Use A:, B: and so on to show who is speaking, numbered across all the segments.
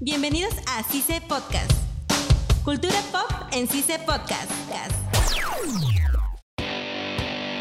A: Bienvenidos a CICE Podcast. Cultura pop en CICE Podcast.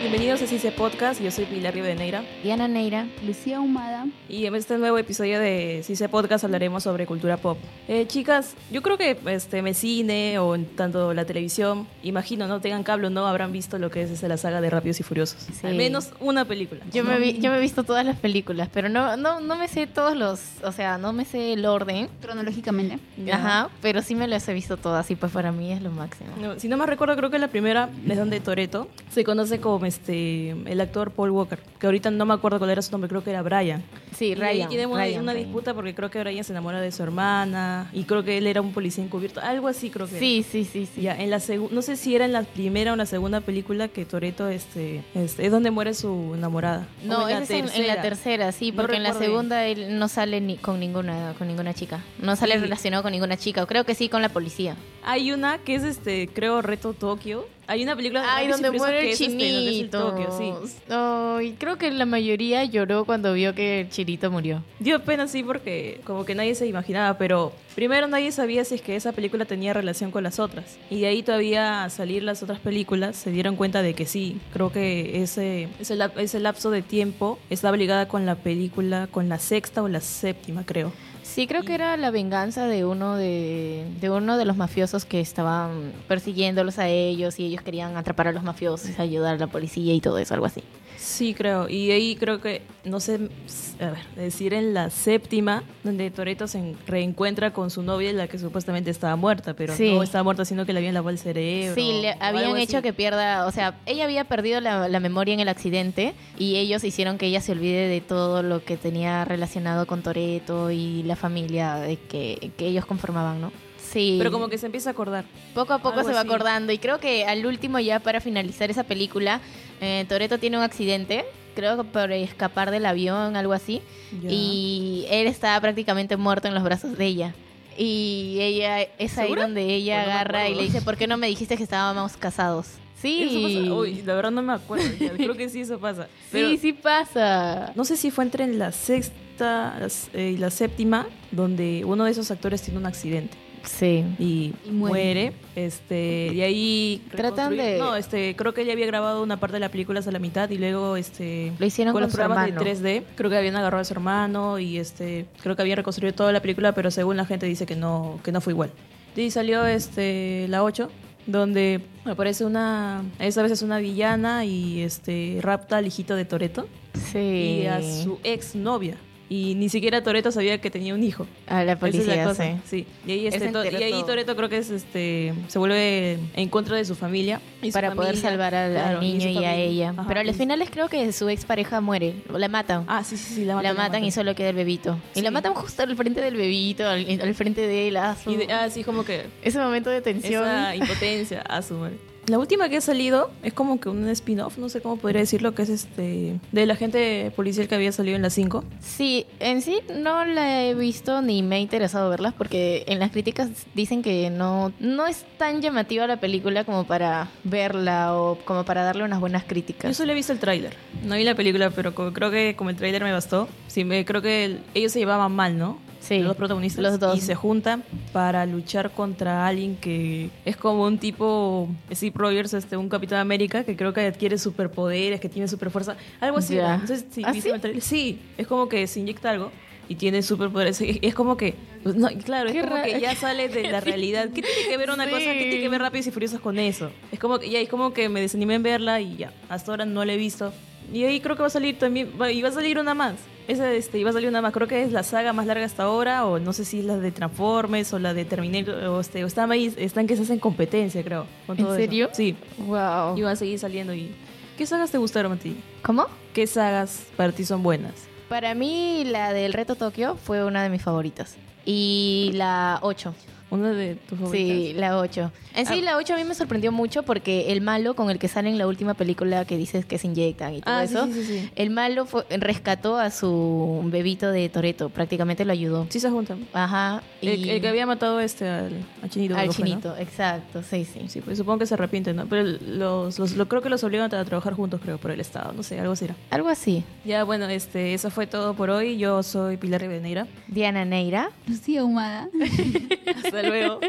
B: Bienvenidos a CICE Podcast, yo soy Pilar Rivadeneira
C: Diana Neira.
D: Lucía Humada.
B: y en este nuevo episodio de CICE Podcast hablaremos sobre cultura pop. Eh, chicas, yo creo que este, en el cine o en tanto la televisión, imagino, no tengan cable o no, habrán visto lo que es este, la saga de Rápidos y Furiosos.
C: Sí.
B: Al menos una película.
C: Yo me, vi- yo me he visto todas las películas, pero no, no, no me sé todos los, o sea, no me sé el orden.
D: Cronológicamente.
B: Ya.
C: Ajá, pero sí me las he visto todas y pues para mí es lo máximo.
B: No, si no me recuerdo, creo que la primera es donde Toreto se conoce como este, el actor Paul Walker, que ahorita no me acuerdo cuál era su nombre, creo que era Brian.
C: Sí,
B: Y de ahí
C: Ryan.
B: tienen una,
C: Ryan,
B: una
C: Ryan.
B: disputa porque creo que Brian se enamora de su hermana y creo que él era un policía encubierto, algo así creo que.
C: Sí, sí, sí, sí.
B: era. Ya, en la segu- no sé si era en la primera o en la segunda película que Toreto este, este, es donde muere su enamorada.
C: No,
B: O
C: esa es en, en la tercera, sí,
B: No
C: porque en la
B: recuerdo bien.
C: segunda él no sale ni con ninguna con ninguna chica. No sale
B: Sí.
C: relacionado con ninguna chica. o Creo que sí con la policía.
B: Hay una que es este, creo Reto Tokio. Hay una película de
C: Ay,
B: Rápidos y
C: donde
B: Furiosos
C: muere
B: que
C: el
B: es, este, donde es el
C: chinito.
B: Tokio, sí.
C: Ay, creo que la mayoría lloró cuando vio que el chinito murió.
B: Dio pena sí porque como que nadie se imaginaba, pero primero nadie sabía si es que esa película tenía relación con las otras. Y de ahí todavía al salir las otras películas se dieron cuenta de que sí, creo que ese, ese, lap- ese lapso de tiempo estaba ligada con la película, con la sexta o la séptima creo.
C: Sí, creo
B: Y-
C: que era la venganza de uno de, de uno de los mafiosos que estaban persiguiéndolos a ellos y ellos querían atrapar a los mafiosos, ayudar a la policía y todo eso, algo así.
B: Sí, creo. Y de ahí creo que, no sé, s- a ver, decir en la séptima, donde Toreto se en- reencuentra con su novia, la que supuestamente estaba muerta, pero
C: Sí.
B: no estaba muerta, sino que le habían lavado el cerebro.
C: Sí, le
B: o algo
C: habían
B: así.
C: hecho que pierda, o sea, ella había perdido la, la memoria en el accidente y ellos hicieron que ella se olvide de todo lo que tenía relacionado con Toreto y la familia de que, que ellos conformaban, ¿no? Sí.
B: Pero como que se empieza a acordar.
C: Poco a poco
B: Algo
C: se va
B: así.
C: acordando y creo que al último ya para finalizar esa película, eh, Toreto tiene un accidente, creo que por escapar del avión, algo así, y él está prácticamente muerto en los brazos de ella. Y ella es ahí
B: ¿Segura?
C: donde ella
B: Bueno, no me
C: agarra y
B: acuerdo.
C: le dice, ¿por qué no me dijiste que estábamos casados?
B: Eso
C: Sí,
B: pasa. Uy, la verdad no me acuerdo. ya, Creo que sí, eso pasa. Pero
C: sí, sí pasa.
B: No sé si fue entre la sexta las- eh, y la séptima, donde uno de esos actores tiene un accidente
C: Sí.
B: y,
D: Y
B: muere.
D: muere.
B: Este, y ahí.
C: Tratan
B: reconstruye-
C: de-
B: No, este, creo que ella había grabado una parte de la película hasta la mitad y luego. este
C: Lo hicieron
B: con
C: con,
B: los
C: su
B: programas
C: hermano.
B: de 3D, creo que habían agarrado a su hermano y este, creo que habían reconstruido toda la película, pero según la gente dice que no, que no fue igual. Y salió este la 8, donde aparece una, esa vez es una villana y este rapta al hijito de Toreto
C: Sí.
B: y a su ex novia. Y ni siquiera Toreto sabía que tenía un hijo. Esa
C: A la
B: es la
C: policía,
B: cosa,
C: sí.
B: sí. Y ahí,
C: Él
B: este,
C: se
B: to-
C: enteró
B: y ahí
C: todo.
B: Toreto creo que es este se vuelve en contra de su familia. y su
C: para poder
B: familia,
C: salvar al, al
B: claro,
C: niño
B: su
C: y, a
B: familia.
C: ella.
B: Ajá,
C: Pero a los
B: y-
C: finales creo que su expareja muere, o la matan.
B: Ah, sí, sí, sí,
C: la,
B: la
C: matan
B: matan.
C: y solo queda el bebito.
B: Sí.
C: Y la matan justo al frente del bebito, al, al frente de él. ah, su-
B: Y de- ah, sí, como que
C: Ese momento de tensión.
B: esa impotencia a su madre. La última que ha salido es como que un spin-off, no sé cómo podría decirlo, que es este de la gente policial que había salido en las 5.
C: Sí, en sí no la he visto ni me ha interesado verlas porque en las críticas dicen que no, no es tan llamativa la película como para verla o como para darle unas buenas
B: Yo
C: críticas.
B: solo he visto el tráiler, no vi la película, pero co- creo que como el tráiler me bastó. Sí, me, creo que el- ellos se llevaban mal, ¿no?
C: Sí,
B: los dos protagonistas
C: los dos.
B: y se juntan para luchar contra alguien que es como un tipo Steve Rogers, este, un Capitán América que creo que adquiere superpoderes, que tiene superfuerza, algo así.
C: Ya.
B: ¿no? Entonces, si
C: ¿Ah,
B: viste
C: sí?
B: el tráiler, sí, es como que se inyecta algo y tiene superpoderes. Y Es como que, pues, no, y claro, es
C: Qué
B: como
C: ra-
B: que ya sale de la realidad. ¿Qué tiene que ver una cosa? ¿Qué tiene que ver Rápidos y Furiosos con eso? Es como que ya es como que me desanimé en verla y ya, hasta ahora no la he visto. Y ahí creo que va a salir también, va- y va a salir una más. Esa este, y va a salir una más, creo que es la saga más larga hasta ahora, o no sé si es la de Transformers o la de Terminator, o, este, o están ahí, están que se hacen competencia, creo. con
C: ¿En
B: todo eso.
C: serio?
B: Sí,
C: Wow.
B: y van a seguir saliendo. Y... ¿Qué sagas te gustaron a ti?
C: ¿Cómo?
B: ¿Qué sagas para ti son buenas?
C: Para mí la del Reto Tokio fue una de mis favoritas. Y la 8.
B: Una de tus favoritas.
C: Sí, la 8. En sí,
B: Ah.
C: la 8 a mí me sorprendió mucho porque el malo con el que sale en la última película que dices que se inyectan y todo
B: Ah, sí,
C: eso,
B: sí, sí, sí.
C: el malo fue- rescató a su bebito de Toreto, prácticamente lo ayudó.
B: Sí se juntan.
C: Ajá. y-
B: El, el que había matado este al, Al chinito.
C: Al
B: creo que fue, ¿no?
C: chinito, exacto, sí, sí.
B: Sí, pues supongo que se arrepienten, ¿no? Pero los, los- lo- creo que los obligan a trabajar juntos, creo, por el Estado. No sé, algo será.
C: Algo así.
B: Ya, bueno, este, eso fue todo por hoy. Yo soy Pilar Rivadeneira.
C: Diana Neira.
D: Lucía Humada.
B: Hasta luego.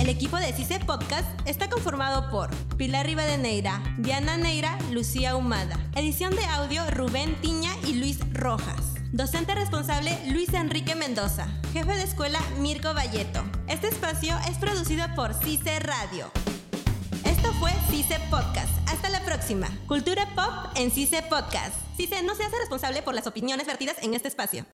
A: El equipo de CICE Podcast está conformado por Pilar Rivadeneira, Diana Neira, Lucía Humada. Edición de audio Rubén Tiña y Luis Rojas. Docente responsable Luis Enrique Mendoza. Jefe de escuela Mirko Valleto. Este espacio es producido por CICE Radio. Esto fue CICE Podcast. Hasta la próxima. Cultura pop en CICE Podcast. CICE no se hace responsable por las opiniones vertidas en este espacio.